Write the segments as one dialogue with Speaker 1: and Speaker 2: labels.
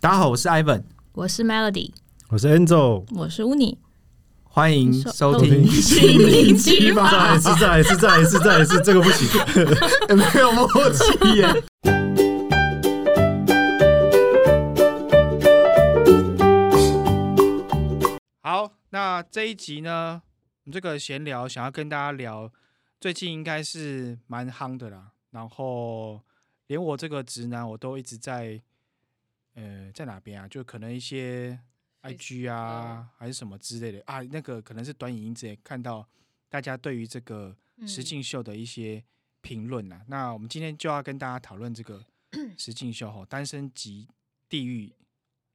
Speaker 1: 大家好，我是 Ivan，
Speaker 2: 我是 Melody，
Speaker 3: 我是 Angel，
Speaker 2: 我是 Uni，
Speaker 1: 欢迎收听
Speaker 3: 听。
Speaker 2: 心灵奇
Speaker 3: 再来一次，再来一次，再来一次，再来一次，这个 不行。
Speaker 1: 哎没有默契耶。
Speaker 4: 好，那这一集呢，我们这个闲聊想要跟大家聊，最近应该是蛮夯的啦。然后连我这个直男，我都一直在，呃，在哪边啊？就可能一些 IG 啊，还是什么之类的啊，那个可能是短影音之类，看到大家对于这个石敬秀的一些评论啊。那我们今天就要跟大家讨论这个石敬秀吼，单身级地狱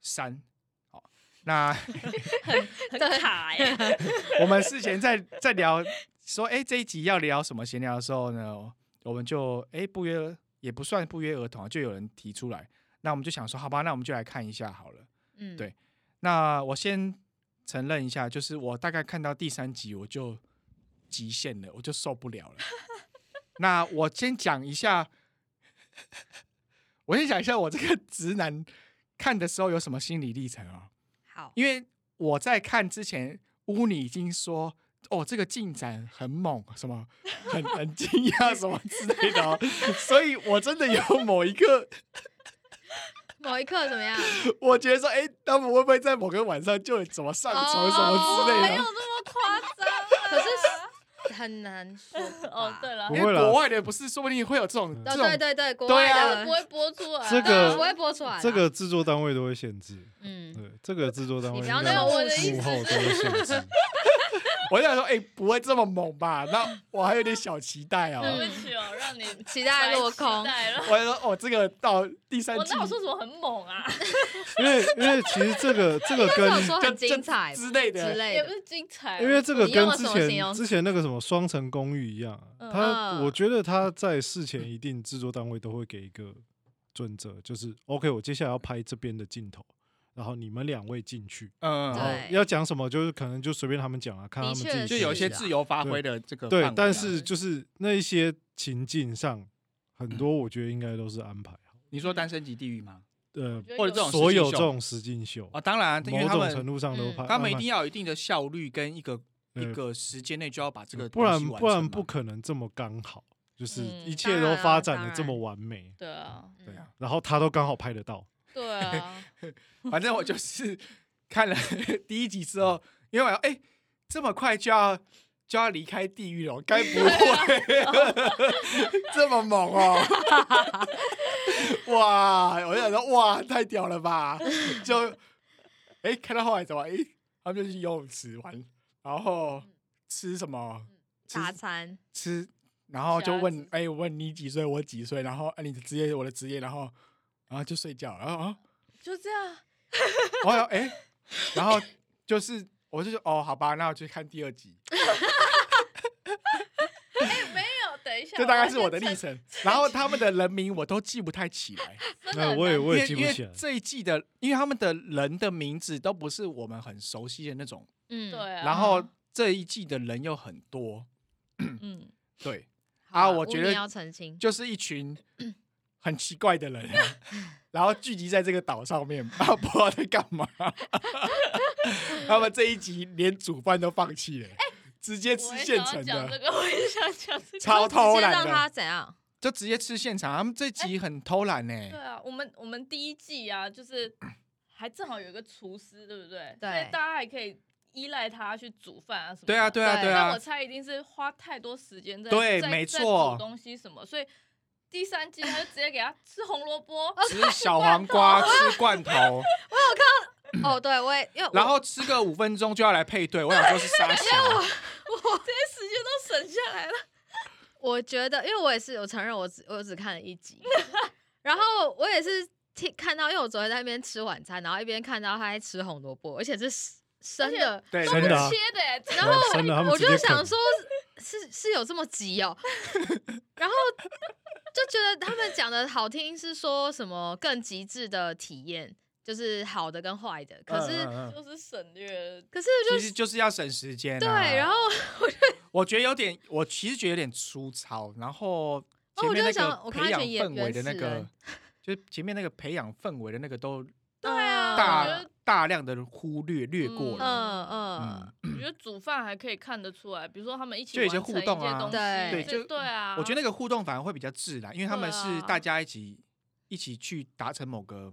Speaker 4: 三。好，那。
Speaker 2: 很卡哎、
Speaker 4: 我们事前在在聊说，哎、这一集要聊什么闲聊的时候呢，我们就哎、不约也不算不约而同啊，就有人提出来，那我们就想说，好吧，那我们就来看一下好了。
Speaker 2: 嗯
Speaker 4: 对那我先承认一下，就是我大概看到第三集我就极限了，我就受不了了。 那我先讲一下，我先讲一下我这个直男看的时候有什么心理历程啊、
Speaker 2: 好，
Speaker 4: 因为我在看之前，乌尼已经说哦，这个进展很猛，什么很很惊讶什么之类的、哦，所以我真的有某一个，
Speaker 5: 某一刻怎 么样？
Speaker 4: 我觉得说，哎，他们会不会在某个晚上就怎么上床什么之类
Speaker 5: 哦没
Speaker 4: 的
Speaker 5: 有？那么夸张、啊可是很难说吧
Speaker 2: 哦，对了
Speaker 3: 不，
Speaker 4: 因
Speaker 3: 会
Speaker 4: 为
Speaker 3: 啦
Speaker 4: 国外的不是，说不定会有这种
Speaker 5: 哦，
Speaker 4: 这
Speaker 5: 对
Speaker 4: 种。
Speaker 5: 对对，国
Speaker 4: 对
Speaker 5: 外
Speaker 4: 啊
Speaker 5: 的不啊会播出来，
Speaker 3: 这个
Speaker 5: 当然不会播出来啦，
Speaker 3: 这个制作单位都会限制，
Speaker 2: 嗯，
Speaker 3: 对，这个制作单位
Speaker 5: 你不
Speaker 3: 应
Speaker 5: 要
Speaker 3: 该
Speaker 5: 那么我的意
Speaker 3: 幕后
Speaker 5: 思
Speaker 3: 都会限制。
Speaker 4: 我想说，哎，不会这么猛吧？那我还有点小期待哦。
Speaker 5: 嗯
Speaker 2: 对不起哦，让你
Speaker 5: 期待落空
Speaker 2: 期。待了。
Speaker 4: 我还说，哦，这个到第三
Speaker 2: 我
Speaker 4: 季
Speaker 2: 那我说什么很猛啊，
Speaker 3: 因为因为其实这个这个
Speaker 5: 他
Speaker 3: 跟
Speaker 5: 有说
Speaker 4: 就
Speaker 5: 很精彩
Speaker 4: 之类
Speaker 5: 之
Speaker 4: 的，
Speaker 5: 类
Speaker 2: 也不
Speaker 5: 的，
Speaker 2: 是精彩啊，
Speaker 3: 因为这个
Speaker 5: 你用
Speaker 3: 跟
Speaker 5: 了
Speaker 3: 之
Speaker 5: 什么形
Speaker 3: 前
Speaker 5: 容词
Speaker 3: 之前那个什么双层公寓一样啊，
Speaker 2: 嗯
Speaker 3: 他
Speaker 5: 嗯
Speaker 3: 我觉得他在事前一定制作单位都会给一个准则，就是 OK，我接下来要拍这边的镜头，然后你们两位进去，
Speaker 4: 嗯，
Speaker 3: 然
Speaker 5: 对
Speaker 3: 后要讲什么就是可能就随便他们讲啊，看他
Speaker 5: 的
Speaker 3: 们自
Speaker 5: 确
Speaker 3: 己
Speaker 5: 是
Speaker 3: 去
Speaker 4: 就有一些
Speaker 5: 是啊
Speaker 4: 自由发挥的这个范围
Speaker 3: 对
Speaker 4: 啊，
Speaker 3: 但是就是那一些情境上很多，我觉得应该都是安排好，
Speaker 4: 你说单身级地狱吗？
Speaker 3: 呃，
Speaker 2: 我觉得有
Speaker 4: 或者这种
Speaker 3: 所
Speaker 4: 实境
Speaker 3: 有这
Speaker 4: 秀
Speaker 3: 种实境秀
Speaker 4: 啊，，当然，因为
Speaker 3: 某
Speaker 4: 他
Speaker 3: 种程
Speaker 4: 们
Speaker 3: 度上都
Speaker 5: 嗯
Speaker 3: 拍，
Speaker 4: 他们一
Speaker 3: 安排
Speaker 4: 定要有一定的效率跟一个一
Speaker 3: 呃
Speaker 4: 个时间内就要把这个
Speaker 3: 嗯不
Speaker 4: 东
Speaker 3: 然
Speaker 4: 西完
Speaker 3: 不
Speaker 4: 成
Speaker 3: 然
Speaker 4: 嘛
Speaker 3: 不可能这么刚好，就是
Speaker 2: 嗯
Speaker 3: 一
Speaker 5: 当
Speaker 3: 切都
Speaker 5: 然啊
Speaker 3: 发展
Speaker 5: 当
Speaker 3: 的这
Speaker 5: 然
Speaker 3: 么完美，
Speaker 2: 对啊，
Speaker 5: 嗯
Speaker 4: 对啊，
Speaker 3: 然后他都刚好拍得到，
Speaker 2: 对 啊，
Speaker 4: 反正我就是看了第一集之
Speaker 3: 嗯
Speaker 4: 后，因为我要哎、这么快就要就要离开地狱了，我该不会、 这么猛哦、哇！我就想说，哇，太屌了吧！就哎、看到后来怎么哎、他们就去游泳池玩，然
Speaker 3: 嗯
Speaker 4: 后吃什么吃
Speaker 5: 大餐，
Speaker 4: 吃，然后就
Speaker 2: 瞎
Speaker 4: 问
Speaker 2: 子，
Speaker 4: 哎、我问你几岁，我几岁，然后哎、你的职业，我的职业，然后然后就睡觉，然后啊，
Speaker 2: 就这样，
Speaker 4: 我想 哎、然后就是我就说哦，好吧，那我去看第二集，
Speaker 2: 哎没有，等一下，
Speaker 4: 这大概是我的历程。然后他们的人名我都记不太起来，
Speaker 2: 真的
Speaker 3: 那
Speaker 2: 很
Speaker 3: 我也
Speaker 2: 难
Speaker 4: 因
Speaker 3: 我也
Speaker 4: 为
Speaker 3: 记不
Speaker 4: 因为
Speaker 3: 起来，
Speaker 4: 这一季的，因为他们的人的名字都不是我们很熟悉的那种，
Speaker 5: 嗯，
Speaker 2: 对，啊，
Speaker 4: 然后这一季的人又很多，
Speaker 2: 嗯，
Speaker 4: 对，
Speaker 5: 好
Speaker 4: 啊
Speaker 5: 啦
Speaker 4: 我觉得
Speaker 5: 乌尼要澄清，
Speaker 4: 就是一群
Speaker 5: 嗯
Speaker 4: 很奇怪的人 啊、然后聚集在这个岛上面， 然后不知道在干嘛。 他们这一集连煮饭都放弃了，
Speaker 5: 哎
Speaker 4: 直接
Speaker 2: 我
Speaker 4: 吃
Speaker 2: 也
Speaker 4: 现
Speaker 2: 想
Speaker 4: 成
Speaker 2: 要讲这
Speaker 4: 的，
Speaker 2: 个，我也想讲这个，
Speaker 4: 超偷
Speaker 5: 直接
Speaker 4: 懒
Speaker 5: 让他
Speaker 4: 的，
Speaker 5: 怎样？
Speaker 4: 就直接吃现场。他们这集很偷懒呢、
Speaker 2: 对啊，我们我们第一季啊，就是还正好有一个厨师，对不对？
Speaker 5: 对
Speaker 2: 所以大家还可以依赖他去煮饭啊什么的。
Speaker 4: 对啊，对啊，
Speaker 5: 对
Speaker 4: 对
Speaker 2: 但我
Speaker 4: 啊，
Speaker 2: 猜一定是花太多时间在
Speaker 4: 对
Speaker 2: 在
Speaker 4: 没
Speaker 2: 在
Speaker 4: 错
Speaker 2: 煮东西什么，所以第三季他就直接给他吃红萝卜，
Speaker 4: 吃小黄 瓜，吃罐头，
Speaker 5: 哦，对，我也因为我
Speaker 4: 然后吃个五分钟就要来配对。我想说是傻 小，
Speaker 2: 我 这些时间都省下来了。
Speaker 5: 我觉得，因为我也是，我承认我只我只看了一 集，然后我也是听看到，因为我昨天在那边吃晚餐，然后一边看到他在吃红萝卜，而且这是生的，
Speaker 4: 对，
Speaker 3: 真的啊
Speaker 2: 切的欸，
Speaker 3: 然后 真的他们
Speaker 5: 我
Speaker 3: 直
Speaker 5: 就
Speaker 3: 接
Speaker 5: 想
Speaker 3: 啃
Speaker 5: 说，是是有这么急哦，然后就觉得他们讲的好听是说什么更极致的体验，就是好的跟坏的，可是、
Speaker 4: 嗯嗯嗯
Speaker 2: 就是省略了。
Speaker 5: 可是我就
Speaker 4: 其实就是要省时间、啊。
Speaker 5: 对，然后
Speaker 4: 我觉得有点，我其实觉得有点粗糙。然后前
Speaker 5: 哦我
Speaker 4: 面
Speaker 5: 就
Speaker 4: 那
Speaker 5: 想
Speaker 4: 个
Speaker 5: 我
Speaker 4: 培
Speaker 5: 看他
Speaker 4: 养
Speaker 5: 觉得
Speaker 4: 氛围的那
Speaker 5: 原始
Speaker 4: 个
Speaker 5: 人，
Speaker 4: 就是前面那个培养氛围的那个都
Speaker 2: 对啊
Speaker 5: 嗯
Speaker 2: 我觉
Speaker 4: 大
Speaker 2: 得
Speaker 4: 大量的忽略略过了。
Speaker 5: 嗯嗯
Speaker 4: 嗯，
Speaker 2: 我觉得煮饭还可以看得出来，比如说他们一起
Speaker 4: 就有一些
Speaker 2: 完成
Speaker 4: 互动啊
Speaker 2: 一件东西
Speaker 5: 对
Speaker 2: 这
Speaker 4: 对就
Speaker 2: 对啊，
Speaker 5: 嗯
Speaker 4: 我觉得那个互动反而会比较自然，因为他们
Speaker 2: 对
Speaker 4: 是
Speaker 2: 啊
Speaker 4: 大家一起一起去达成某个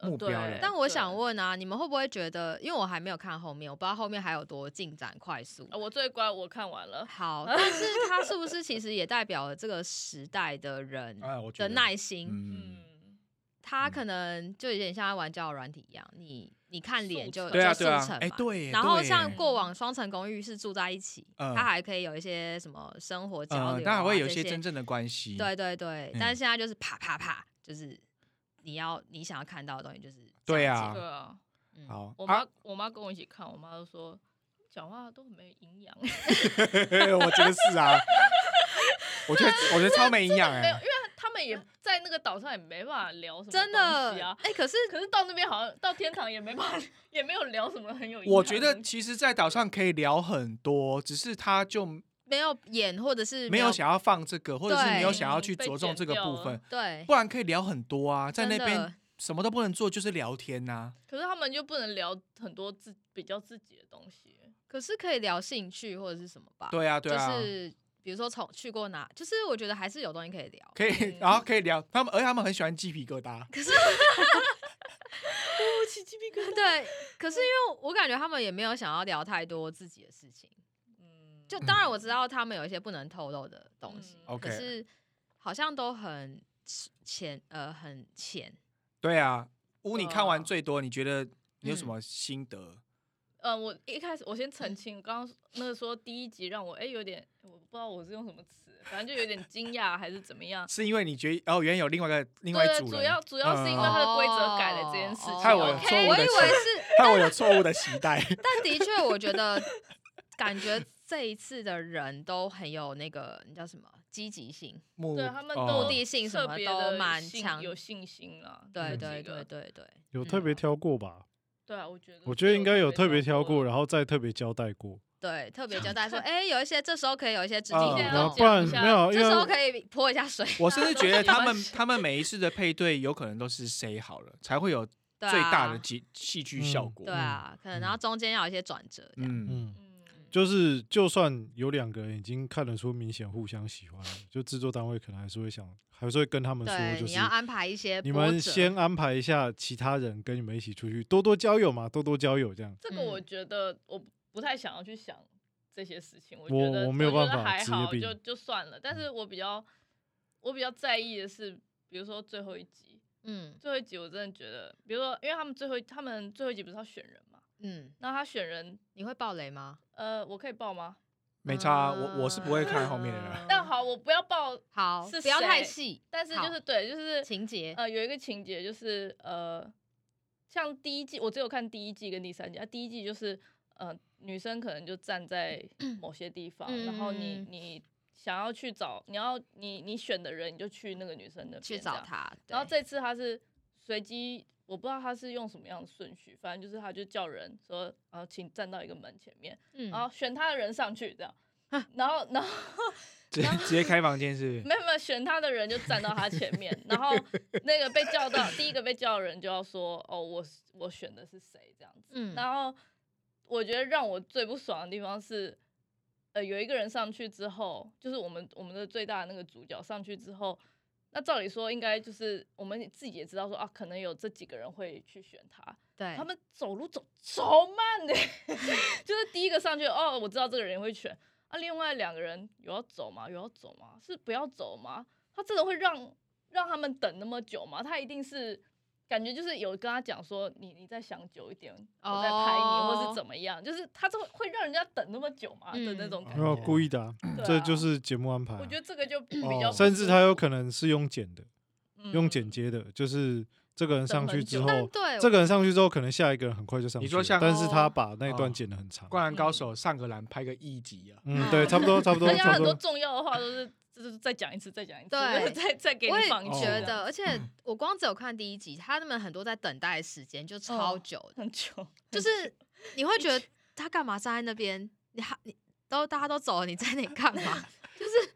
Speaker 2: 呃
Speaker 4: 目标
Speaker 2: 对
Speaker 4: 了
Speaker 5: 但我想
Speaker 2: 对
Speaker 5: 问啊，你们会不会觉得，因为我还没有看后面，我不知道后面还有多进展快速
Speaker 2: 啊。我最乖，我看完了。
Speaker 5: 好，但是它是不是其实也代表了这个时代 的人
Speaker 4: 哎，我
Speaker 5: 的耐心？
Speaker 4: 嗯，
Speaker 2: 嗯，
Speaker 5: 他可能就有点像在玩交友软体一样，你你看脸
Speaker 2: 速
Speaker 5: 就
Speaker 2: 成
Speaker 5: 就
Speaker 4: 对啊
Speaker 5: 速
Speaker 4: 对啊
Speaker 5: 成，嘛
Speaker 4: 哎。对耶，
Speaker 5: 然后
Speaker 4: 对耶
Speaker 5: 像过往双层公寓是住在一起，
Speaker 4: 嗯
Speaker 5: 他还可以有一些什么生活交
Speaker 4: 呃，
Speaker 5: 流啊，
Speaker 4: 当然会有一
Speaker 5: 这
Speaker 4: 些真正的关系，
Speaker 5: 对对对，
Speaker 4: 嗯
Speaker 5: 但是现在就是啪啪啪，就是你要你想要看到的东西就是
Speaker 4: 对
Speaker 5: 这样
Speaker 4: 啊
Speaker 5: 子
Speaker 2: 对啊，
Speaker 5: 嗯
Speaker 4: 好
Speaker 2: 我妈、
Speaker 4: 啊，
Speaker 2: 我妈跟我一起看，我妈都说讲话都很没营养，
Speaker 4: 哎 我觉得是 啊，我觉得
Speaker 2: 啊
Speaker 4: 我觉得超没营养
Speaker 2: 没有，
Speaker 4: 哎
Speaker 2: 因，为他们也在那个岛上也没办法聊什么
Speaker 5: 嗯真
Speaker 2: 东西
Speaker 5: 的
Speaker 2: 啊。
Speaker 5: 哎，可是
Speaker 2: 可是到那边好像到天堂也没办 法，也没有聊什么很有营养的东西。
Speaker 4: 我觉得其实，在岛上可以聊很多，只是他就
Speaker 5: 没有演或者是
Speaker 4: 没有想要放这个，或者是没有想要去
Speaker 2: 被
Speaker 4: 着重这个
Speaker 2: 剪掉
Speaker 4: 部分
Speaker 2: 了，
Speaker 5: 对
Speaker 4: 不然可以聊很多啊，在那
Speaker 5: 真的
Speaker 4: 边什么都不能做，就是聊天呐、
Speaker 2: 可是他们就不能聊很多自比较自己的东西。
Speaker 5: 可是可以聊兴趣或者是什么吧？、
Speaker 4: 对啊，对啊，
Speaker 5: 就是比如说从去过哪，就是我觉得还是有东西可以聊。
Speaker 4: 可以， 然后可以聊他们，而且他们很喜欢鸡皮疙瘩。
Speaker 2: 我起鸡皮疙。
Speaker 5: 对，可是因为我感觉他们也没有想要聊太多自己的事情，
Speaker 2: 嗯，
Speaker 5: 就当然我知道他们有一些不能透露的东西，
Speaker 4: 嗯
Speaker 5: 可
Speaker 4: OK
Speaker 5: 是好像都很浅，呃，很浅。
Speaker 4: 对啊，乌，
Speaker 2: 对
Speaker 4: 你
Speaker 2: 啊
Speaker 4: 看完最多，你觉得你有什
Speaker 2: 嗯
Speaker 4: 么心得？。
Speaker 2: 呃，我一开始我先澄清，刚刚那个说第一集让我哎、有点，我不知道我是用什么词，反正就有点惊讶还是怎么样
Speaker 4: 是因为你觉得哦，原来有另外一个 另外一
Speaker 2: 对，
Speaker 4: 组
Speaker 2: 主
Speaker 4: 人
Speaker 2: 要主要是因为
Speaker 4: 嗯
Speaker 2: 它的规则改了这件事情。
Speaker 5: 哦
Speaker 4: 害我有
Speaker 2: OK
Speaker 4: 错误
Speaker 5: 我
Speaker 4: 的
Speaker 5: 以
Speaker 4: 期
Speaker 5: 为是，
Speaker 4: 害我有错误的期 待。
Speaker 5: 但的确，我觉得感觉这一次的人都很有那个，你叫什么积极性、
Speaker 4: 目
Speaker 2: 对他们
Speaker 4: 哦
Speaker 2: 都
Speaker 5: 目的性什
Speaker 2: 特
Speaker 5: 么
Speaker 2: 别
Speaker 5: 都
Speaker 2: 的
Speaker 5: 蛮
Speaker 2: 信
Speaker 5: 强。
Speaker 2: 有信心啊。
Speaker 5: 对
Speaker 2: 这
Speaker 5: 对
Speaker 2: 几个
Speaker 5: 对对对，
Speaker 3: 有特别挑过吧？
Speaker 2: 对啊，我觉得嗯
Speaker 3: 我觉得应该有特别挑
Speaker 2: 了。
Speaker 3: 过，然后再特别交代过，
Speaker 5: 对特别交代说，哎，有一些这时候可以有一些肢体
Speaker 4: 嗯
Speaker 5: 互
Speaker 2: 对啊
Speaker 3: 然后
Speaker 5: 动，
Speaker 3: 不然
Speaker 2: 讲一下
Speaker 3: 没有，因
Speaker 5: 这时候
Speaker 3: 为
Speaker 5: 可以泼一下水，
Speaker 4: 我甚至觉得他们
Speaker 2: 都是
Speaker 4: 他们每一次的配对，有可能都是 say 好了，才会有最
Speaker 5: 对啊
Speaker 4: 大的戏戏剧效果
Speaker 5: 对。啊，可能然后中间要有一些转折这样。
Speaker 4: 嗯，
Speaker 3: 嗯，
Speaker 2: 嗯，
Speaker 3: 就是就算有两个人已经看得出明显互相喜欢了，就制作单位可能还是会想，还是会跟他们说，
Speaker 5: 对，
Speaker 3: 就
Speaker 5: 你
Speaker 3: 是
Speaker 5: 要安排一些
Speaker 3: 你
Speaker 5: 波
Speaker 3: 们
Speaker 5: 折
Speaker 3: 先安排一下其他人跟你们一起出去，多多交友嘛，多多交友这样。
Speaker 2: 这个我觉得我不太想要去想这些事情，我
Speaker 3: 我
Speaker 2: 觉得
Speaker 3: 我没有
Speaker 2: 觉得
Speaker 3: 办法
Speaker 2: 还
Speaker 3: 职业
Speaker 2: 好
Speaker 3: 病
Speaker 2: 就就算了。但
Speaker 3: 嗯
Speaker 2: 是我比较我比较在意的是，比如说最后一集，
Speaker 5: 嗯
Speaker 2: 最后一集我真的觉得，比如说因为他们最后一他们最后一集不是要选人嘛，
Speaker 5: 嗯，
Speaker 2: 那他选人，
Speaker 5: 你会爆雷吗？
Speaker 2: 呃，我可以报吗？
Speaker 4: 没差啊，
Speaker 5: 嗯
Speaker 4: 我我是不会看后面的 人。啊
Speaker 2: 但好，我不要报，
Speaker 5: 好，
Speaker 2: 是
Speaker 5: 不要太
Speaker 2: 谁
Speaker 5: 细，
Speaker 2: 但是
Speaker 5: 好
Speaker 2: 就是对，就是
Speaker 5: 情节
Speaker 2: 呃，有一个情节就是呃，像第一季，我只有看第一季跟第三季。啊，第一季就是呃，女生可能就站 在某些地方，然后你
Speaker 5: 嗯
Speaker 2: 你想要去找，你要你你选的人，你就去那个女生那边
Speaker 5: 去
Speaker 2: 这
Speaker 5: 找
Speaker 2: 样。
Speaker 5: 他，
Speaker 2: 然后
Speaker 5: 对
Speaker 2: 这次他是随机，我不知道他是用什么样的顺序，反正就是他就叫人说，啊，请站到一个门前面，
Speaker 5: 嗯
Speaker 2: 然后选他的人上去这样。然后，然后
Speaker 4: 直接直接开房间是
Speaker 2: 没有没有，选他的人就站到他前面，然后那个被叫到第一个被叫的人就要说哦，我是我选的是谁这样子。
Speaker 5: 嗯
Speaker 2: 然后我觉得让我最不爽的地方是，呃，有一个人上去之后，就是我们我们的最大的那个主角上去之后，那照理说应该就是我们自己也知道说啊，可能有这几个人会去选他，
Speaker 5: 对
Speaker 2: 他们走路走超慢的， 就是第一个上去，哦，我知道这个人会选啊，另外两个人有要走吗？有要走吗？是不要走吗？他真的会让让他们等那么久吗？他一定是感觉就是有跟他讲说，你你再想久一点，我再拍你，
Speaker 5: 哦
Speaker 2: 或是怎么样，就是他就会让人家等那么久嘛的那种感
Speaker 4: 嗯
Speaker 3: 没
Speaker 2: 觉。
Speaker 3: 有故意的啊、
Speaker 2: 对啊
Speaker 3: 这就是节目安排啊、
Speaker 2: 我觉得这个就比
Speaker 4: 哦
Speaker 2: 较不舒服，
Speaker 3: 哦甚至他有可能是用剪的，
Speaker 2: 嗯
Speaker 3: 用剪接的，就是这个人上去之
Speaker 2: 等
Speaker 3: 后，
Speaker 5: 对
Speaker 3: 这个人上去之后，可能下一个人很快就上去了。
Speaker 4: 你说像
Speaker 3: 但是他把那一段
Speaker 4: 哦
Speaker 3: 剪得很长
Speaker 4: 《灌。篮
Speaker 2: 嗯
Speaker 4: 高手》上个篮拍个一集啊，
Speaker 3: 嗯，对，差不多，差不多，
Speaker 2: 而且他
Speaker 3: 差
Speaker 2: 很
Speaker 3: 不
Speaker 2: 多
Speaker 3: 多。
Speaker 2: 重要的话都是就是再讲一次，再讲一次，
Speaker 5: 对
Speaker 2: 再再给
Speaker 5: 我
Speaker 2: 你
Speaker 5: 也
Speaker 2: 放一次
Speaker 5: 觉
Speaker 2: 这样，
Speaker 5: 得，而且
Speaker 4: 嗯
Speaker 5: 我光只有看第一集，他们很多在等待的时间就超
Speaker 2: 哦
Speaker 5: 久的，
Speaker 2: 很久，
Speaker 5: 就是你会觉得他干嘛站在那边？你还你都大家都走了，你在那里干嘛？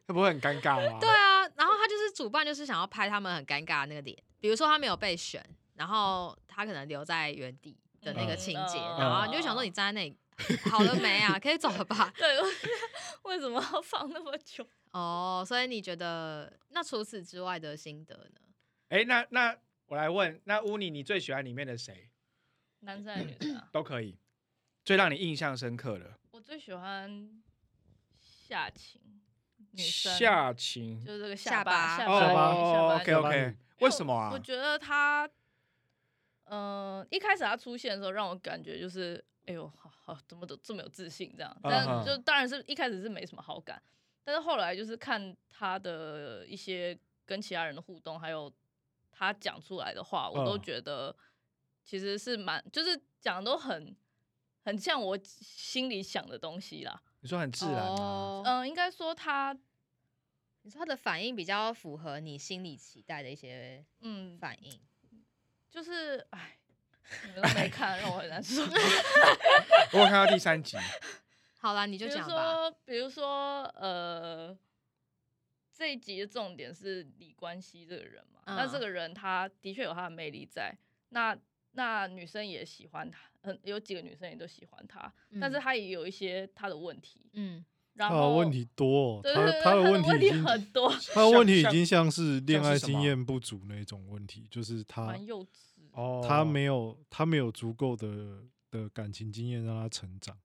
Speaker 4: 会不会很尴尬啊？
Speaker 5: 对啊，然后他就是主办就是想要拍他们很尴尬的那个脸，比如说他没有被选，然后他可能留在原地的那个情节，
Speaker 2: 嗯
Speaker 5: 然后你就想说你站在那里。好了没啊？可以走了吧？
Speaker 2: 对，我为什么要放那么久？
Speaker 5: 哦，所以你觉得那除此之外的心得呢？
Speaker 4: 哎，那那我来问，那乌尼你最喜欢里面的谁？
Speaker 2: 男生还是女生啊？
Speaker 4: 都可以，最让你印象深刻的
Speaker 2: 我最喜欢夏晴，女生
Speaker 4: 夏晴
Speaker 2: 就是这个
Speaker 5: 下
Speaker 2: 巴
Speaker 5: 巴
Speaker 2: 下
Speaker 4: 哦
Speaker 2: 女下
Speaker 4: 哦
Speaker 2: 巴
Speaker 4: ，OK
Speaker 2: 女
Speaker 4: OK，为什么
Speaker 2: 我
Speaker 4: 啊？
Speaker 2: 觉得他，嗯、一开始他出现的时候，让我感觉就是，哎呦，好好，怎么都这么有自信这样。
Speaker 4: 啊哈
Speaker 2: 但就当然是一开始是没什么好感，但是后来就是看他的一些跟其他人的互动，还有他讲出来的话，我都
Speaker 4: 嗯
Speaker 2: 觉得其实是蛮，就是讲得都很很像我心里想的东西啦。
Speaker 4: 你说很自然啊吗？
Speaker 5: 哦
Speaker 2: 嗯、应该说他，
Speaker 5: 你说他的反应比较符合你心里期待的一些
Speaker 2: 嗯，
Speaker 5: 反应。
Speaker 2: 就是，哎，你们都 没看，让我很难受。
Speaker 4: 我有看到第三 集，
Speaker 5: 好啦，你就
Speaker 2: 比如
Speaker 5: 讲吧。
Speaker 2: 说，比如说，呃，这一集的重点是李冠希这个人嘛，那这
Speaker 5: 嗯
Speaker 2: 个人他的确有他的魅力在，那那女生也喜欢他，嗯，有几个女生也都喜欢他，但是
Speaker 5: 嗯
Speaker 2: 他也有一些他的问题，
Speaker 5: 嗯，
Speaker 2: 然
Speaker 3: 他的
Speaker 2: 后
Speaker 3: 问，题多、哦，
Speaker 2: 对
Speaker 3: 他
Speaker 2: 对对，
Speaker 3: 他
Speaker 2: 的
Speaker 3: 问
Speaker 2: 问
Speaker 3: 题已经，啊
Speaker 2: 很 多，
Speaker 3: 他的问题已
Speaker 4: 像
Speaker 3: 经像是恋
Speaker 4: 像
Speaker 3: 爱
Speaker 4: 是什么
Speaker 3: 经验不足那种问题，就是他
Speaker 2: 蛮幼稚的。
Speaker 4: 哦
Speaker 3: 他没有他没有足够的的感情经验让他成长，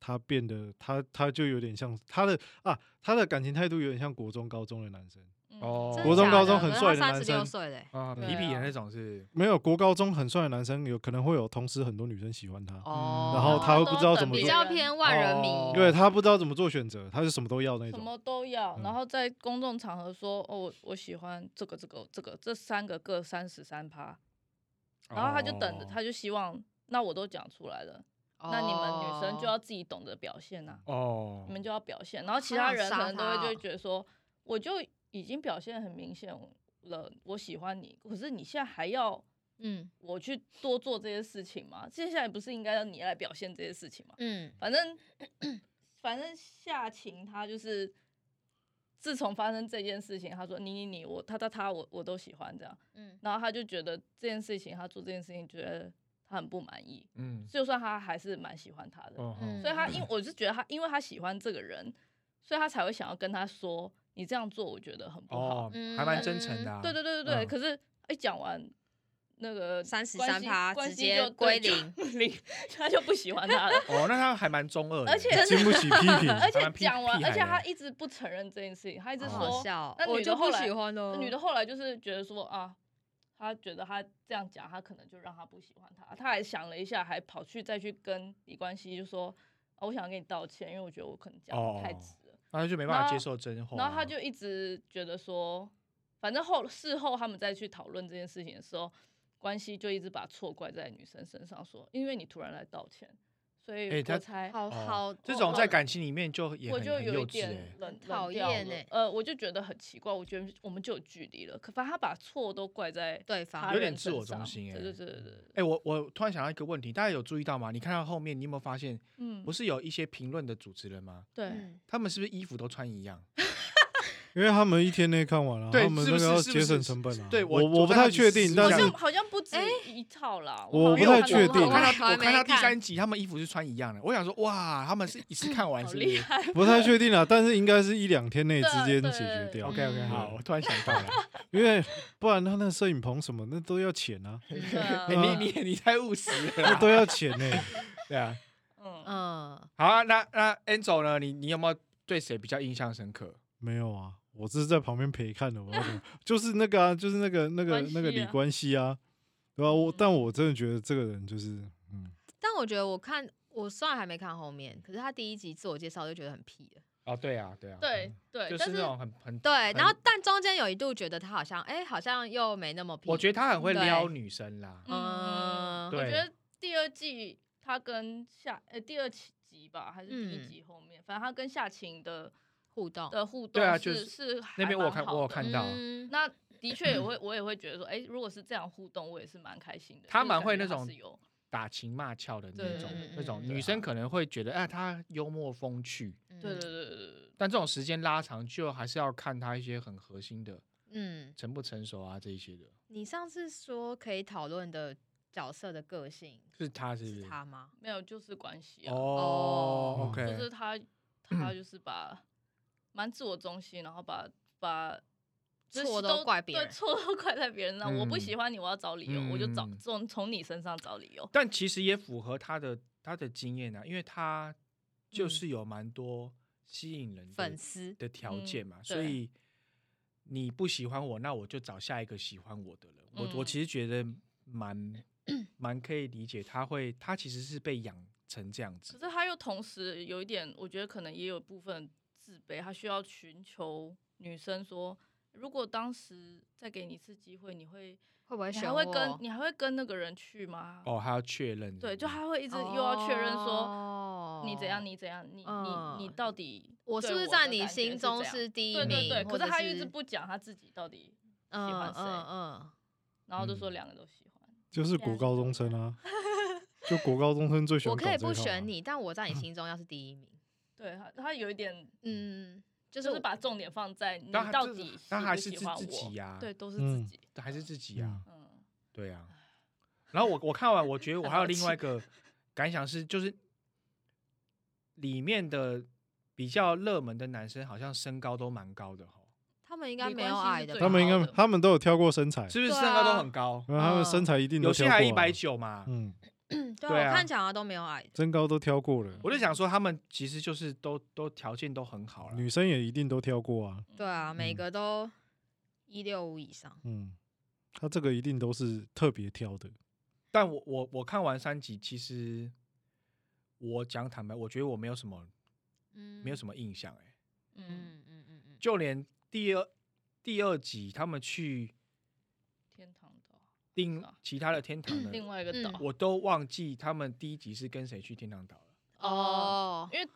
Speaker 3: 他变得他他就有点像他的啊，他的感情态度有点像国中高中的男生，
Speaker 2: 嗯
Speaker 4: 哦
Speaker 5: 真的
Speaker 3: 国中
Speaker 5: 假
Speaker 3: 高
Speaker 5: 的
Speaker 3: 中很
Speaker 5: 可是
Speaker 3: 帅
Speaker 5: 他
Speaker 3: 的
Speaker 5: 三
Speaker 3: 男
Speaker 5: 十六
Speaker 3: 生
Speaker 5: 岁嘞。
Speaker 4: 啊，
Speaker 2: 对
Speaker 4: 皮皮的
Speaker 2: 啊
Speaker 4: 那种是
Speaker 3: 没有国高中很帅的男生，有可能会有同时很多女生喜欢他，
Speaker 5: 哦，
Speaker 3: 嗯然后他会不知道怎么
Speaker 5: 比
Speaker 3: 做
Speaker 5: 较偏万人迷。
Speaker 4: 哦
Speaker 3: 对他不知道怎么做选择，他是什么都要那
Speaker 2: 什
Speaker 3: 种。
Speaker 2: 么都要，
Speaker 3: 嗯
Speaker 2: 然后在公众场合说哦，我我喜欢这个这个这个这三个各三十三趴，然后他就等着，
Speaker 4: 哦
Speaker 2: 他就希望那我都讲出来了，
Speaker 5: 哦
Speaker 2: 那你们女生就要自己懂得表现呐、
Speaker 4: 哦，
Speaker 2: 你们就要表现，然后其他
Speaker 5: 好想
Speaker 2: 人可
Speaker 5: 杀
Speaker 2: 能都
Speaker 5: 他
Speaker 2: 会就会
Speaker 5: 哦
Speaker 2: 觉得说，我就已经表现得很明显了，我喜欢你，可是你现在还要
Speaker 5: 嗯
Speaker 2: 我去多做这些事情吗？接下来不是应该要你来表现这些事情吗？
Speaker 5: 嗯
Speaker 2: 反正反正夏晴她就是，自从发生这件事情，她说你你你我他他他我我都喜欢这样，
Speaker 5: 嗯
Speaker 2: 然后她就觉得这件事情，她做这件事情觉得她很不满意，
Speaker 4: 嗯，
Speaker 2: 就算她还是蛮喜欢他的，
Speaker 4: 哦
Speaker 5: 嗯
Speaker 2: 所以她因我是觉得她因为她喜欢这个人，所以她才会想要跟他说你这样做我觉得很不好，
Speaker 4: 哦，还蛮真诚的啊，
Speaker 2: 对对对对对，
Speaker 4: 嗯
Speaker 2: 可是一讲完。那个
Speaker 5: 33
Speaker 2: 关系
Speaker 5: 趴
Speaker 2: 关
Speaker 5: 直
Speaker 2: 系
Speaker 5: 接
Speaker 2: 就
Speaker 5: 归
Speaker 2: 对就 零，他就不喜欢他了。
Speaker 4: 哦，那他还蛮中二的，
Speaker 2: 而且
Speaker 3: 经不起批评
Speaker 2: 而
Speaker 4: 还
Speaker 2: 且
Speaker 4: 蛮屁
Speaker 2: 讲完，
Speaker 4: 屁
Speaker 2: 而且
Speaker 4: 孩的
Speaker 2: 他一直不承认这件事情，他一直
Speaker 4: 哦
Speaker 2: 说
Speaker 5: 好，笑哦，
Speaker 2: 那
Speaker 5: 我
Speaker 2: 女
Speaker 5: 就
Speaker 2: 的后
Speaker 5: 不
Speaker 2: 来
Speaker 5: 喜欢哦
Speaker 2: 那
Speaker 5: 了。
Speaker 2: 女的后来就是觉得说啊，他觉得他这样讲，他可能就让他不喜欢他。他还想了一下，还跑去再去跟李冠希就说、啊，我想跟你道歉，因为我觉得我可能讲
Speaker 4: 哦
Speaker 2: 得太直了。
Speaker 4: 他就没办法接受真话，啊
Speaker 2: 然后他就一直觉得说，反正后事后他们再去讨论这件事情的时候，关系就一直把错怪在女生身上，说因为你突然来道歉，所
Speaker 4: 哎
Speaker 2: 以
Speaker 4: 他
Speaker 2: 我才、
Speaker 5: 好
Speaker 4: 哦
Speaker 5: 好，
Speaker 4: 这种在感情里面就也
Speaker 2: 我
Speaker 4: 很
Speaker 2: 就
Speaker 4: 很
Speaker 2: 有一
Speaker 4: 幼稚
Speaker 2: 点
Speaker 4: 欸
Speaker 2: 冷冷
Speaker 5: 讨
Speaker 2: 掉
Speaker 5: 厌
Speaker 2: 了
Speaker 5: 欸
Speaker 2: 呃，我就觉得很奇怪，我觉得我们就有距离了，可反正他把错都怪在
Speaker 5: 对
Speaker 2: 他
Speaker 5: 方
Speaker 4: 有点
Speaker 2: 人
Speaker 4: 自
Speaker 2: 身
Speaker 4: 我中
Speaker 2: 上
Speaker 4: 心欸
Speaker 2: 对对对对对，
Speaker 4: 哎、我我突然想到一个问题，大家有注意到吗？你看到后面，你有没有发现，
Speaker 2: 嗯，
Speaker 4: 不是有一些评论的主持人吗？
Speaker 2: 对，
Speaker 5: 嗯
Speaker 4: 他们是不是衣服都穿一样？
Speaker 3: 因为他们一天内看完了、
Speaker 4: 对
Speaker 3: 他们
Speaker 4: 是
Speaker 3: 那
Speaker 4: 不
Speaker 3: 个
Speaker 4: 是
Speaker 3: 要
Speaker 4: 是不
Speaker 3: 节省
Speaker 4: 是
Speaker 3: 成本啊。
Speaker 4: 对我
Speaker 3: 我
Speaker 4: 我
Speaker 3: 不
Speaker 4: 看到
Speaker 3: 太
Speaker 4: 你
Speaker 3: 确
Speaker 4: 是
Speaker 3: 定，
Speaker 4: 这
Speaker 2: 好
Speaker 3: 但
Speaker 4: 样
Speaker 3: 是
Speaker 2: 像好像不止一套啦，
Speaker 3: 我
Speaker 2: 好
Speaker 3: 不
Speaker 2: 像
Speaker 3: 太
Speaker 2: 看
Speaker 3: 确
Speaker 2: 到
Speaker 3: 定
Speaker 4: 我看
Speaker 5: 我
Speaker 4: 到
Speaker 5: 还
Speaker 4: 我看到
Speaker 5: 没
Speaker 4: 第
Speaker 5: 看
Speaker 4: 三集，他们衣服是穿一样的。我想说，哇，他们是一次看完
Speaker 2: 好
Speaker 4: 是不
Speaker 2: 厉
Speaker 4: 是
Speaker 2: 害，
Speaker 3: 不太确定啊，但是应该是一两天 内直接
Speaker 2: 对对
Speaker 3: 解决掉。
Speaker 4: ？OK OK，
Speaker 5: 嗯
Speaker 4: 好，我突然想到了，
Speaker 3: 因为不然他那摄影棚什么那都要钱啊，
Speaker 2: 对啊
Speaker 4: 哎 你你你太务实了
Speaker 3: 那
Speaker 4: 啦，
Speaker 3: 都要钱呢、
Speaker 4: 对啊。
Speaker 2: 嗯，
Speaker 5: 嗯，
Speaker 4: 好啊，那那 Angel 呢？你你有没有对谁比较印象深刻？
Speaker 3: 没有啊，我只是在旁边陪看的，我要怎么就是那个啊，就是那个那个
Speaker 2: 关系啊
Speaker 3: 那个李冠希啊，对吧、我
Speaker 2: 嗯
Speaker 3: 但我真的觉得这个人就是，嗯，
Speaker 5: 但我觉得我看我虽然还没看后面，可是他第一集自我介绍就觉得很屁了。
Speaker 4: 哦，对啊，对啊，
Speaker 2: 对对，
Speaker 4: 就
Speaker 2: 但
Speaker 4: 是那种很很
Speaker 5: 对，
Speaker 4: 很
Speaker 5: 然后但中间有一度觉得他好像，哎，好像又没那么屁。
Speaker 4: 我觉得他很会
Speaker 5: 对
Speaker 4: 撩女生啦。
Speaker 5: 嗯，
Speaker 2: 我
Speaker 4: 对
Speaker 2: 觉得第二季他跟夏呃第二集吧，还是第一
Speaker 5: 嗯
Speaker 2: 集后面，反正他跟夏晴的
Speaker 5: 互动
Speaker 2: 的互动
Speaker 4: 对啊就是
Speaker 2: 是
Speaker 4: 那
Speaker 2: 还
Speaker 4: 边我有
Speaker 2: 蛮
Speaker 4: 看
Speaker 2: 好
Speaker 4: 我有
Speaker 2: 的
Speaker 4: 看到
Speaker 5: 嗯
Speaker 2: 那的确也会，我也会觉得说，哎、如果是这样互动，我也是蛮开心的。
Speaker 4: 他
Speaker 2: 就是
Speaker 4: 蛮
Speaker 2: 感
Speaker 4: 会
Speaker 2: 觉
Speaker 4: 那
Speaker 2: 嗯他
Speaker 4: 种
Speaker 2: 是有
Speaker 4: 打情骂俏的那
Speaker 2: 对
Speaker 4: 种
Speaker 5: 嗯，
Speaker 4: 那种
Speaker 5: 嗯
Speaker 4: 女
Speaker 2: 对
Speaker 4: 生
Speaker 2: 啊
Speaker 4: 可能会觉得，哎，她幽默风趣，
Speaker 2: 对对
Speaker 5: 嗯
Speaker 2: 对对对对。
Speaker 4: 但这种时间拉长，就还是要看她一些很核心的
Speaker 5: 嗯，
Speaker 6: 成不成熟啊这一些的，
Speaker 5: 你上次说可以讨论的角色的个性
Speaker 4: 是他是不
Speaker 5: 是
Speaker 4: 是？
Speaker 5: 他吗？
Speaker 2: 没有就是关系啊，
Speaker 4: 哦
Speaker 5: 哦
Speaker 4: ，OK，嗯
Speaker 2: 就是他他就是把蛮自我中心，然后把把。就是
Speaker 5: 错都怪别人
Speaker 2: 对，错都怪在别人上。我不喜
Speaker 4: 嗯
Speaker 2: 欢你，我要找理由，我就找
Speaker 4: 嗯
Speaker 2: 从从你身上找理由。
Speaker 4: 但其实也符合他的他的经验啊，因为他就是有蛮多吸引人的
Speaker 5: 粉丝
Speaker 4: 的条件嘛，
Speaker 2: 嗯
Speaker 4: 所以你不喜欢我，那我就找下一个喜欢我的人。我、我
Speaker 2: 嗯
Speaker 4: 其实觉得蛮蛮可以理解，他会他其实是被养成这样
Speaker 2: 可
Speaker 4: 子，
Speaker 2: 是他又同时有一点，我觉得可能也有部分自卑，他需要寻求女生说，如果当时再给你一次机会，你会
Speaker 5: 会不会
Speaker 2: 你
Speaker 5: 选
Speaker 2: 还
Speaker 5: 我？
Speaker 2: 会跟你还会跟那个人去吗？
Speaker 4: 哦，还要确认
Speaker 2: 对，就
Speaker 4: 还
Speaker 2: 他会一直又要确认说。
Speaker 5: 哦
Speaker 2: 你怎样？你怎样？你
Speaker 5: 嗯
Speaker 2: 你你到底
Speaker 5: 我
Speaker 2: 对
Speaker 5: 是不是
Speaker 2: 的
Speaker 5: 在你
Speaker 2: 感觉
Speaker 5: 心中
Speaker 2: 是
Speaker 5: 是第
Speaker 2: 怎样
Speaker 5: 一
Speaker 2: 对
Speaker 5: 名？
Speaker 2: 对对，可
Speaker 5: 或
Speaker 2: 是
Speaker 5: 者是
Speaker 2: 他一直不讲他自己到底，喜欢谁
Speaker 5: 嗯嗯
Speaker 2: 然后就
Speaker 4: 嗯
Speaker 2: 说两个都喜欢。
Speaker 3: 就是
Speaker 2: 对啊
Speaker 3: 国高中生啊，就国高中生最喜
Speaker 5: 嗯，
Speaker 3: 欢、
Speaker 5: 我可以不
Speaker 4: 啊
Speaker 3: 啊
Speaker 5: 选，你，但我在
Speaker 4: 嗯
Speaker 5: 你心中要是第一名。
Speaker 2: 对他，他有一点
Speaker 5: 嗯，就
Speaker 2: 就是是
Speaker 5: 我
Speaker 2: 把重点放在你
Speaker 4: 但他
Speaker 2: 到
Speaker 4: 就是
Speaker 2: 底
Speaker 4: 但
Speaker 2: 喜
Speaker 4: 还
Speaker 2: 不
Speaker 4: 是
Speaker 2: 喜
Speaker 4: 自
Speaker 2: 欢
Speaker 4: 自
Speaker 2: 我
Speaker 4: 己呀
Speaker 2: 对，都是
Speaker 3: 嗯
Speaker 2: 自己，
Speaker 4: 还是自己啊，
Speaker 2: 嗯
Speaker 4: 对啊。然后我我看完，我觉得我还有
Speaker 2: 好
Speaker 4: 另外一个感想是，就是里面的比较热门的男生好像身高都蛮高的哈，
Speaker 5: 他们应该
Speaker 2: 没关
Speaker 5: 没有
Speaker 2: 系是
Speaker 5: 矮的吧，
Speaker 2: 最
Speaker 3: 他们应
Speaker 2: 好
Speaker 3: 该
Speaker 2: 的
Speaker 3: 他们都有挑过身材，
Speaker 4: 是不是
Speaker 5: 对
Speaker 4: 身高都
Speaker 5: 啊
Speaker 4: 很高？
Speaker 3: 然后他们身材一定
Speaker 4: 有
Speaker 3: 都
Speaker 4: 些
Speaker 3: 挑
Speaker 4: 还
Speaker 3: 嗯过
Speaker 4: 一
Speaker 3: 啊
Speaker 4: 百，九嘛，
Speaker 3: 嗯，
Speaker 5: 对
Speaker 4: 对
Speaker 5: 啊，
Speaker 4: 啊
Speaker 5: 我看起来好像都没有矮的。
Speaker 3: 身高都挑过了，
Speaker 4: 我就想说他们其实就是都都条件都很好了。
Speaker 3: 女生也一定都挑过啊，
Speaker 5: 对啊，每
Speaker 3: 嗯
Speaker 5: 个都一六五以上。
Speaker 3: 嗯，他这个一定都是特别挑的，
Speaker 4: 但我我我看完三集，其实我讲坦白，我觉得我没有什么
Speaker 5: 嗯
Speaker 4: 没有什么印象哎、
Speaker 2: 嗯，
Speaker 5: 嗯嗯嗯嗯，
Speaker 4: 就连第二第二集他们去
Speaker 2: 天堂岛，
Speaker 4: 另
Speaker 5: 哦
Speaker 2: 啊
Speaker 4: 其他的天堂的
Speaker 2: 另外一个
Speaker 5: 嗯
Speaker 2: 岛，
Speaker 4: 我都忘记他们第一集是跟谁去天堂岛了。
Speaker 5: 哦，
Speaker 2: 嗯因为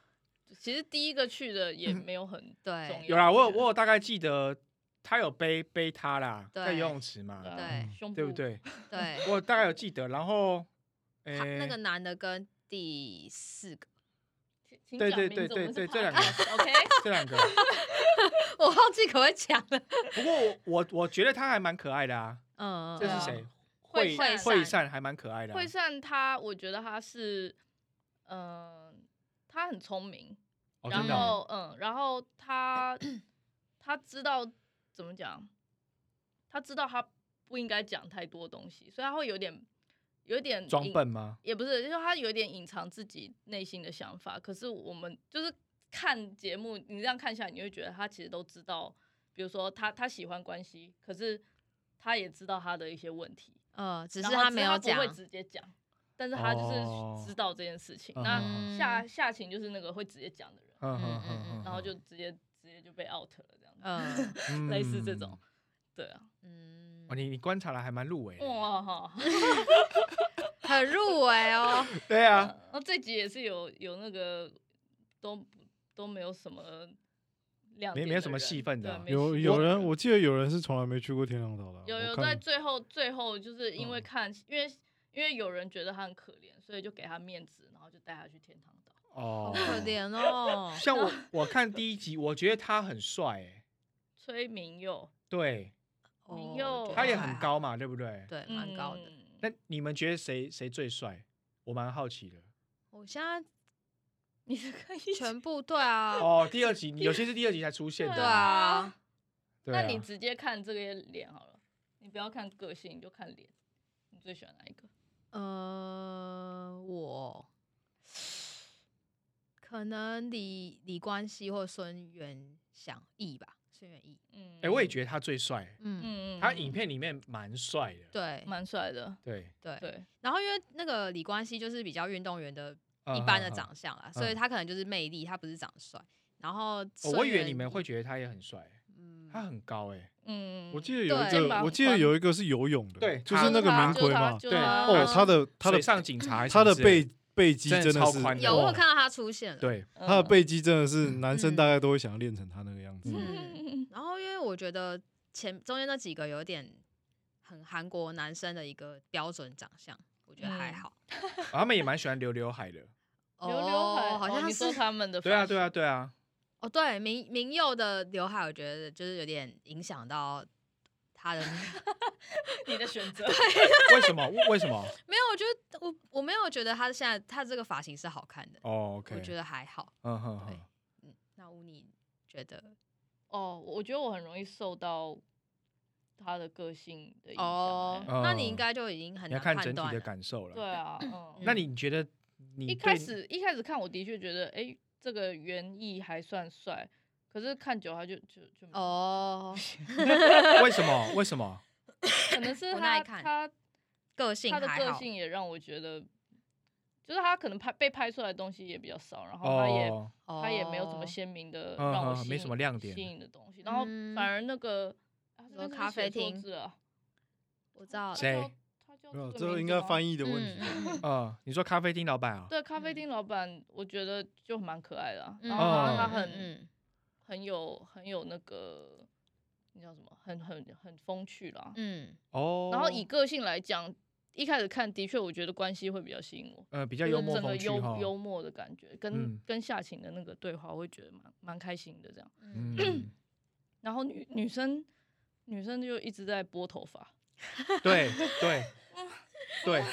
Speaker 2: 其实第一个去的也没有很
Speaker 5: 对
Speaker 2: 重要。
Speaker 4: 有啦，我有
Speaker 2: 觉得
Speaker 4: 我有大概记得他有背背他啦，在
Speaker 5: 对
Speaker 4: 游泳池嘛，
Speaker 2: 啊
Speaker 5: 对
Speaker 2: 胸部
Speaker 4: 对不？对？
Speaker 5: 对，
Speaker 4: 我大概有记得。然后，诶、
Speaker 5: 他那个男的跟第 四个，
Speaker 2: 请请
Speaker 4: 对
Speaker 2: 讲
Speaker 4: 对
Speaker 2: 名
Speaker 4: 对
Speaker 2: 字
Speaker 4: 对
Speaker 2: 我们是
Speaker 4: 对这两个
Speaker 2: podcast，OK，
Speaker 4: 这两 个，
Speaker 5: 我忘记可不可以讲了。
Speaker 4: 不过我我我觉得他还蛮可爱的啊。
Speaker 5: 嗯，嗯
Speaker 4: 这
Speaker 2: 对
Speaker 4: 是
Speaker 2: 啊
Speaker 4: 谁？
Speaker 2: 惠
Speaker 4: 惠
Speaker 2: 善
Speaker 4: 惠善还蛮可爱的啊、
Speaker 2: 惠善他，我觉得他是，嗯，他很聪明，
Speaker 4: 哦真
Speaker 2: 然
Speaker 4: 的哦
Speaker 2: 后嗯，然后 他他知道怎么讲，他知道他不应该讲太多东西，所以他会有点有点
Speaker 4: 装
Speaker 2: 隐
Speaker 4: 笨吗？
Speaker 2: 也不是，就是他有点隐藏自己内心的想法。可是我们就是看节目，你这样看下来，你会觉得他其实都知道，比如说他他喜欢关系，可是他也知道他的一些问题，
Speaker 5: 嗯，只是
Speaker 2: 然后他
Speaker 5: 没有讲
Speaker 2: 不。会直接讲，但是他
Speaker 4: 哦
Speaker 2: 就是知道这件事情。
Speaker 4: 嗯
Speaker 2: 那夏
Speaker 5: 嗯
Speaker 2: 夏晴就是那个会直接讲的人，
Speaker 4: 嗯嗯
Speaker 5: 嗯嗯
Speaker 2: 然后就直接直接就被 out 了这样子。
Speaker 5: 嗯
Speaker 2: 类似这种。对啊，
Speaker 5: 嗯
Speaker 4: 哦，，你你观察了还蛮入围的。
Speaker 2: 哇哈，
Speaker 5: 很入围哦。
Speaker 4: 对啊，
Speaker 2: 然后这集也是有有那个都不都没有什么亮
Speaker 4: 没
Speaker 2: 点的人，
Speaker 4: 没有什么戏份的啊
Speaker 2: 对没
Speaker 3: 有
Speaker 2: 戏
Speaker 3: 有
Speaker 2: 份的
Speaker 3: 人，我记得有人是从来没去过天堂岛的啊，
Speaker 2: 有
Speaker 3: 我
Speaker 2: 有
Speaker 3: 看
Speaker 2: 在最后最后就是因为
Speaker 3: 嗯
Speaker 2: 看，因为因为有人觉得他很可怜，所以就给他面子，然后就带他去天堂岛。
Speaker 5: 好
Speaker 4: 哦，，
Speaker 5: 可怜哦
Speaker 4: 像我我看第一集，我觉得他很帅、欸，
Speaker 2: 崔明佑
Speaker 4: 对
Speaker 2: 明佑
Speaker 5: 哦
Speaker 4: 他也
Speaker 2: 对
Speaker 4: 很，高嘛，对不对？
Speaker 5: 对，蛮高的。
Speaker 2: 嗯
Speaker 4: 那你们觉得谁谁最帅？我蛮好奇的。
Speaker 5: 我现在
Speaker 2: 你是可以
Speaker 5: 全部对啊，
Speaker 4: 哦，第二集有些是第二集才出现的，
Speaker 5: 对啊，
Speaker 4: 对
Speaker 2: 那
Speaker 4: 啊
Speaker 2: 你直接看这个脸好了，你不要看个性，你就看脸。你最喜欢哪一个？
Speaker 5: 呃，我可能李李冠希或孙元祥义吧，孙元义，
Speaker 2: 嗯，
Speaker 4: 哎，我也觉得他最帅，
Speaker 5: 嗯，
Speaker 2: 嗯，嗯
Speaker 4: 他
Speaker 2: 嗯
Speaker 4: 影片里面蛮帅的，
Speaker 5: 对
Speaker 2: 蛮帅的，
Speaker 4: 对，
Speaker 5: 对
Speaker 2: 对，
Speaker 5: 然后因为那个李冠希就是比较运动员的
Speaker 4: 嗯
Speaker 5: 一般的
Speaker 4: 嗯嗯
Speaker 5: 长相啦，所以
Speaker 4: 嗯
Speaker 5: 他可能就是魅力，他不是长帅。然后
Speaker 4: 哦
Speaker 5: 孙元义、
Speaker 4: 我以为你们会觉得他也很帅，
Speaker 5: 嗯，
Speaker 4: 他很高哎，
Speaker 2: 嗯，
Speaker 3: 我记得有一
Speaker 5: 对
Speaker 3: 个，我记得有一个是游泳的，
Speaker 4: 对
Speaker 3: 就是那个
Speaker 2: 他
Speaker 3: 明奎嘛，
Speaker 2: 就是
Speaker 4: 对
Speaker 2: 他
Speaker 3: 哦，他的他的
Speaker 4: 水上警察还是
Speaker 3: 他的
Speaker 4: 什么之类
Speaker 3: 背背肌
Speaker 4: 真的
Speaker 3: 真的
Speaker 4: 超
Speaker 3: 是哦
Speaker 4: 宽的
Speaker 5: 有我有
Speaker 4: 哇
Speaker 5: 看到他出现了，
Speaker 4: 对，哦
Speaker 2: 嗯
Speaker 3: 他的背肌真的是男生
Speaker 5: 嗯
Speaker 3: 大概都会想要练成他那个样子。
Speaker 5: 嗯，然后因为我觉得前中间那几个有点很韩国男生的一个标准长相，我觉得还
Speaker 2: 嗯
Speaker 5: 好。
Speaker 4: 哦他们也蛮喜欢留刘海 的，
Speaker 5: 哦，
Speaker 2: 留刘海，
Speaker 5: 好
Speaker 2: 哦
Speaker 5: 像
Speaker 2: 你
Speaker 5: 是
Speaker 2: 说他们的
Speaker 4: 对啊，
Speaker 2: 发
Speaker 4: 对啊，对啊，
Speaker 5: 哦，对，明明佑的刘海，我觉得就是有点影响到他的那个。
Speaker 2: 你的选择，
Speaker 4: 为什么？为什么？
Speaker 5: 没有，我觉得我我没有觉得他现在他这个发型是好看的
Speaker 4: 哦，OK，
Speaker 5: 我觉得还好。
Speaker 4: 嗯哼
Speaker 5: 对
Speaker 4: 哼，，
Speaker 5: 嗯，那乌你觉得？
Speaker 2: 哦，我觉得我很容易受到他的个性的影响、
Speaker 5: 哦
Speaker 2: 欸，
Speaker 5: 那
Speaker 4: 哦
Speaker 5: 你应该就已经很
Speaker 4: 你要
Speaker 5: 难
Speaker 4: 看
Speaker 5: 判
Speaker 4: 整体
Speaker 5: 断
Speaker 4: 的
Speaker 5: 了。
Speaker 4: 感受了。
Speaker 2: 对，啊，嗯，
Speaker 4: 那你觉得你
Speaker 2: 一开
Speaker 4: 对
Speaker 2: 始一开始看我的确觉得，哎、这个园艺还算帅，可是看久了他就就就，
Speaker 5: 哦，
Speaker 4: 为什么？为什 么？
Speaker 2: 可能是
Speaker 5: 不耐
Speaker 2: 他
Speaker 5: 看
Speaker 2: 他
Speaker 5: 个性
Speaker 2: 他的
Speaker 5: 还
Speaker 2: 个
Speaker 5: 好。
Speaker 2: 性也让我觉得，就是他可能拍被拍出来的东西也比较少，然后他也、
Speaker 4: 哦，
Speaker 2: 他也没有什么
Speaker 5: 哦
Speaker 2: 鲜明的
Speaker 4: 嗯
Speaker 2: 让我
Speaker 4: 嗯
Speaker 2: 吸
Speaker 4: 没
Speaker 2: 引
Speaker 4: 什么亮点
Speaker 2: 吸引的东西，然后
Speaker 5: 嗯
Speaker 2: 反而那个、啊这边是
Speaker 5: 说
Speaker 2: 不是
Speaker 5: 咖
Speaker 2: 写
Speaker 5: 啡
Speaker 2: 错
Speaker 5: 厅
Speaker 2: 字了
Speaker 5: 我知道
Speaker 2: 他
Speaker 5: 了，
Speaker 4: 谁
Speaker 2: 叫他叫
Speaker 3: 没有，
Speaker 2: 个
Speaker 3: 这
Speaker 2: 名
Speaker 3: 应
Speaker 2: 字
Speaker 3: 该
Speaker 2: 吗
Speaker 3: 翻译的问题。
Speaker 5: 嗯，
Speaker 4: 呃，你说咖啡厅老板啊？
Speaker 2: 对咖啡
Speaker 5: 嗯
Speaker 2: 厅老板，我觉得就蛮可爱的啊、
Speaker 5: 嗯
Speaker 2: 然后他他
Speaker 4: 哦
Speaker 2: 很、
Speaker 5: 嗯
Speaker 2: 很有很有那个，你叫什么？很很很风趣啦。
Speaker 5: 嗯，
Speaker 4: 哦，
Speaker 2: 然后以个性来讲，一开始看的确，我觉得关系会比较吸引我，
Speaker 4: 呃比
Speaker 2: 就
Speaker 4: 较
Speaker 2: 是
Speaker 4: 幽默
Speaker 2: 整个
Speaker 4: 风趣
Speaker 2: 幽
Speaker 4: 哈，
Speaker 2: 幽默的感觉，跟、
Speaker 4: 嗯
Speaker 2: 跟夏晴的那个对话，我会觉得蛮蛮开心的这样。
Speaker 5: 嗯嗯，
Speaker 4: 嗯，
Speaker 2: 然后女女生女生就一直在拨头发，
Speaker 4: 对对对，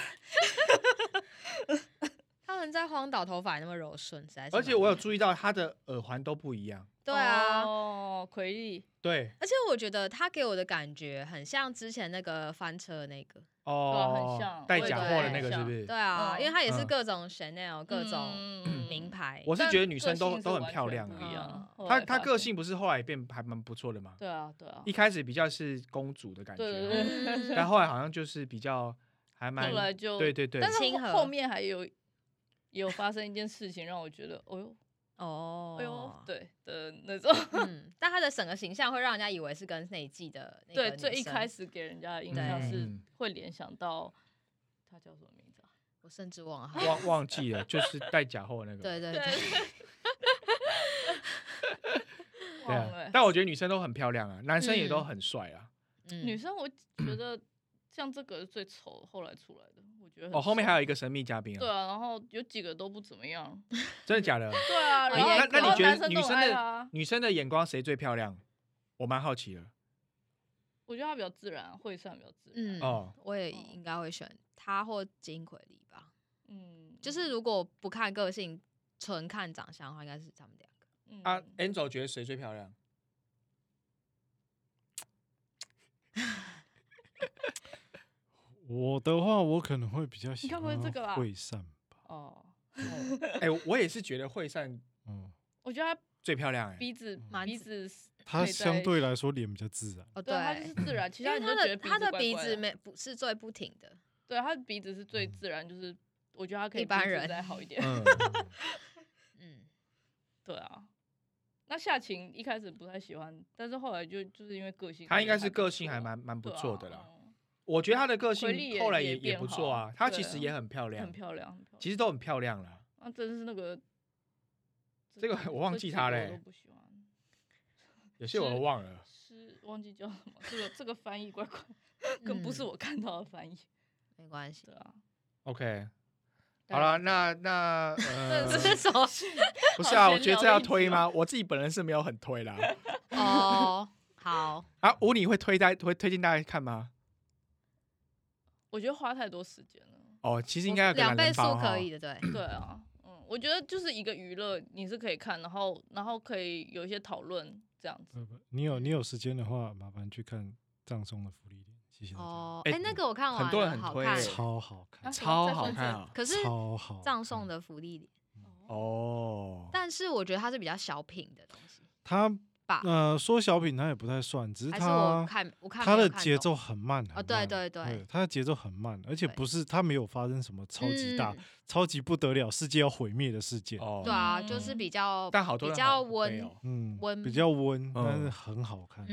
Speaker 5: 他们在荒岛头发还那么柔顺，实在是。
Speaker 4: 而且我有。注意到他的耳环都不一样，
Speaker 5: 对啊，
Speaker 2: 哦，奎丽，
Speaker 4: 对
Speaker 5: 而且我觉得他给我的感觉很像之前那个翻车的那个。
Speaker 4: 哦，
Speaker 2: 啊很像
Speaker 4: 戴
Speaker 5: 我也
Speaker 4: 假
Speaker 5: 觉
Speaker 4: 货
Speaker 5: 得
Speaker 4: 的
Speaker 5: 很
Speaker 4: 那个是
Speaker 2: 像
Speaker 4: 不是？
Speaker 5: 对啊，
Speaker 2: 嗯
Speaker 5: 因为他也是
Speaker 4: 嗯
Speaker 5: 各种 Chanel、各种
Speaker 2: 嗯
Speaker 5: 名牌。嗯
Speaker 4: 我是
Speaker 2: 但
Speaker 4: 觉得女
Speaker 2: 个
Speaker 4: 生都
Speaker 2: 性是
Speaker 4: 都很
Speaker 2: 完
Speaker 4: 漂
Speaker 2: 全
Speaker 4: 亮
Speaker 2: 不
Speaker 4: 啊
Speaker 2: 一样啊。后
Speaker 4: 他
Speaker 2: 来
Speaker 4: 他
Speaker 2: 发
Speaker 4: 个
Speaker 2: 现，
Speaker 4: 性不是后来变还蛮不错的嘛？
Speaker 2: 对啊，对啊
Speaker 4: 一，开始比较是公主的感
Speaker 2: 对对
Speaker 4: 觉
Speaker 2: 对
Speaker 4: 哈，
Speaker 5: 嗯
Speaker 4: 但后来好像就是比较还蛮
Speaker 2: 后来就
Speaker 4: 对对对，
Speaker 2: 但是
Speaker 5: 亲
Speaker 2: 后
Speaker 5: 和
Speaker 2: 后面还有有发生一件事情，让我觉得，哦呦，
Speaker 5: 哦，
Speaker 2: 哎呦，对的那种。
Speaker 5: 嗯，但他的整个形象会让人家以为是跟那一季的那个
Speaker 2: 对，最
Speaker 5: 女
Speaker 2: 一
Speaker 5: 生
Speaker 2: 开，始给人家的印象
Speaker 5: 对
Speaker 2: 是
Speaker 4: 嗯
Speaker 2: 会联想到他叫什么名字啊？
Speaker 5: 我甚至忘了他。
Speaker 4: 忘忘记了，就是戴假货那个。
Speaker 5: 对对
Speaker 2: 对
Speaker 5: 对，
Speaker 4: 对
Speaker 2: 忘
Speaker 4: 啊
Speaker 2: 了，。
Speaker 4: 但我觉得女生都很漂亮啊，男生也都
Speaker 5: 嗯
Speaker 4: 很帅啊。
Speaker 5: 嗯
Speaker 2: 女生我觉得像这个是最丑，后来出来的，我觉得很
Speaker 4: 哦，后面
Speaker 2: 丑
Speaker 4: 还有一个神秘嘉宾
Speaker 2: 对
Speaker 4: 啊，
Speaker 2: 啊，然后有几个都不怎么 样。
Speaker 4: 真的假的？哦
Speaker 2: 对啊，
Speaker 5: 那
Speaker 2: 然后
Speaker 5: 那那
Speaker 2: 然
Speaker 5: 你
Speaker 2: 后
Speaker 5: 觉
Speaker 2: 男
Speaker 4: 得
Speaker 2: 生
Speaker 4: 女
Speaker 2: 都很
Speaker 4: 生
Speaker 2: 爱
Speaker 4: 的
Speaker 2: 他，
Speaker 4: 女生的眼光谁最漂亮？我蛮好奇的。
Speaker 2: 嗯我觉得他比较自然，会算比较自然。
Speaker 5: 嗯
Speaker 4: 哦
Speaker 5: 我也应该会选他或金奎丽吧。
Speaker 2: 嗯，
Speaker 5: 就是如果不看个性，纯看长相的话，应该是他们两个。
Speaker 4: 啊
Speaker 2: 嗯
Speaker 4: ，Angel 觉得谁最漂亮？
Speaker 3: 我的话，我可能会比较喜
Speaker 2: 该
Speaker 3: 欢
Speaker 2: 不会这个吧
Speaker 3: 惠善吧。
Speaker 2: 哦，
Speaker 4: 哎，我也是觉得惠善
Speaker 3: 嗯，
Speaker 2: 我觉得他
Speaker 4: 最漂亮哎。
Speaker 2: 鼻子
Speaker 5: 蛮
Speaker 2: 鼻
Speaker 5: 自
Speaker 2: 子，
Speaker 3: 她
Speaker 2: 内在
Speaker 3: 相对来说脸比较自然。
Speaker 5: 哦，
Speaker 2: 对啊，他就是自然。其
Speaker 5: 因
Speaker 2: 他
Speaker 5: 为
Speaker 2: 人
Speaker 5: 他
Speaker 2: 都觉得
Speaker 5: 的他的
Speaker 2: 怪
Speaker 5: 鼻
Speaker 2: 怪
Speaker 5: 子没不是最不挺的，
Speaker 2: 对，他的鼻子是最自然，就是我觉得他可以
Speaker 5: 一般
Speaker 2: 鼻子
Speaker 5: 人
Speaker 2: 再好一 点。
Speaker 4: 嗯，
Speaker 5: 嗯，
Speaker 2: 对啊，那夏晴一开始不太喜欢，但是后来就就是因为个性，
Speaker 4: 她应该
Speaker 2: 还
Speaker 4: 是
Speaker 2: 不
Speaker 4: 个性
Speaker 2: 错
Speaker 4: 还蛮蛮不
Speaker 2: 对啊
Speaker 4: 错的啦。
Speaker 2: 嗯
Speaker 4: 我觉得她的个
Speaker 2: 奎丽
Speaker 4: 性
Speaker 2: 也
Speaker 4: 后来
Speaker 2: 也
Speaker 4: 也也
Speaker 2: 变
Speaker 4: 不错
Speaker 2: 好
Speaker 4: 啊，她
Speaker 2: 对
Speaker 4: 其实
Speaker 2: 啊
Speaker 4: 也很漂亮
Speaker 2: 很，漂亮，很漂亮。
Speaker 4: 其实都很漂亮啦。
Speaker 2: 啊，真是那个
Speaker 4: 这个我忘
Speaker 2: 这
Speaker 4: 记
Speaker 2: 几
Speaker 4: 他
Speaker 2: 个我
Speaker 4: 嘞
Speaker 2: 都不喜欢。
Speaker 4: 有些我
Speaker 2: 是
Speaker 4: 都忘了。
Speaker 2: 是忘记叫什么，这个这个翻译怪怪，更不是
Speaker 5: 嗯
Speaker 2: 我看到的翻译。
Speaker 5: 没关系。
Speaker 2: 对啊，
Speaker 4: OK，
Speaker 2: 大
Speaker 4: 好了，
Speaker 2: 概是
Speaker 4: 那那呃，
Speaker 5: 这是什么？
Speaker 4: 不是啊，
Speaker 2: 好
Speaker 4: 我
Speaker 2: 闲
Speaker 4: 觉得
Speaker 2: 聊
Speaker 4: 这
Speaker 2: 的
Speaker 4: 要
Speaker 2: 一集
Speaker 4: 推
Speaker 2: 哦
Speaker 4: 吗？我自己本人是没有很推啦。
Speaker 5: 哦，好，
Speaker 4: 啊，吴你会推大会推荐大家看吗？
Speaker 2: 我觉得花太多时间了。
Speaker 4: 哦，其 实应该有个
Speaker 5: 两
Speaker 4: 懒
Speaker 5: 倍
Speaker 4: 人
Speaker 5: 速
Speaker 4: 包
Speaker 5: 可
Speaker 4: 哈
Speaker 5: 以的，对。哦
Speaker 2: 对啊，嗯，我觉得就是一个娱乐，你是可以看，然后然后可以有一些讨论这样子。
Speaker 3: 不不，呃你有你有时间的话，麻烦去看葬送的福利点，谢谢大家。
Speaker 5: 哦，
Speaker 4: 哎
Speaker 5: 哎，那个我看完了，
Speaker 4: 很多人很
Speaker 5: 好
Speaker 4: 推
Speaker 5: 看，
Speaker 4: 欸
Speaker 3: 超好看
Speaker 2: 啊，
Speaker 4: 超
Speaker 2: 再
Speaker 4: 好
Speaker 2: 说一次
Speaker 4: 看啊！
Speaker 5: 可是
Speaker 3: 超好看。
Speaker 5: 葬
Speaker 4: 嗯
Speaker 5: 送的福利里，
Speaker 4: 哦，
Speaker 5: 但是我觉得它是比较小品的东西
Speaker 3: 他
Speaker 5: 吧，
Speaker 3: 呃说小品他也不太算，只是
Speaker 5: 还是我
Speaker 3: 他
Speaker 5: 看我看
Speaker 3: 他
Speaker 5: 没有
Speaker 3: 的
Speaker 5: 看
Speaker 3: 节
Speaker 5: 懂哦
Speaker 3: 奏很慢很慢
Speaker 5: 对对对
Speaker 3: 他的节奏很慢，而且
Speaker 5: 对
Speaker 3: 不是他没有发生什么超级大、
Speaker 5: 嗯
Speaker 3: 超级不得了、世界要毁灭的事件，
Speaker 4: 哦，
Speaker 5: 对啊，
Speaker 2: 嗯
Speaker 5: 就是比较
Speaker 4: 但好多
Speaker 5: 比
Speaker 4: 人
Speaker 5: 较
Speaker 4: 好 推
Speaker 5: 温
Speaker 4: 哦
Speaker 3: 嗯，
Speaker 5: 温
Speaker 3: 比较温，
Speaker 4: 嗯
Speaker 3: 但是很好看。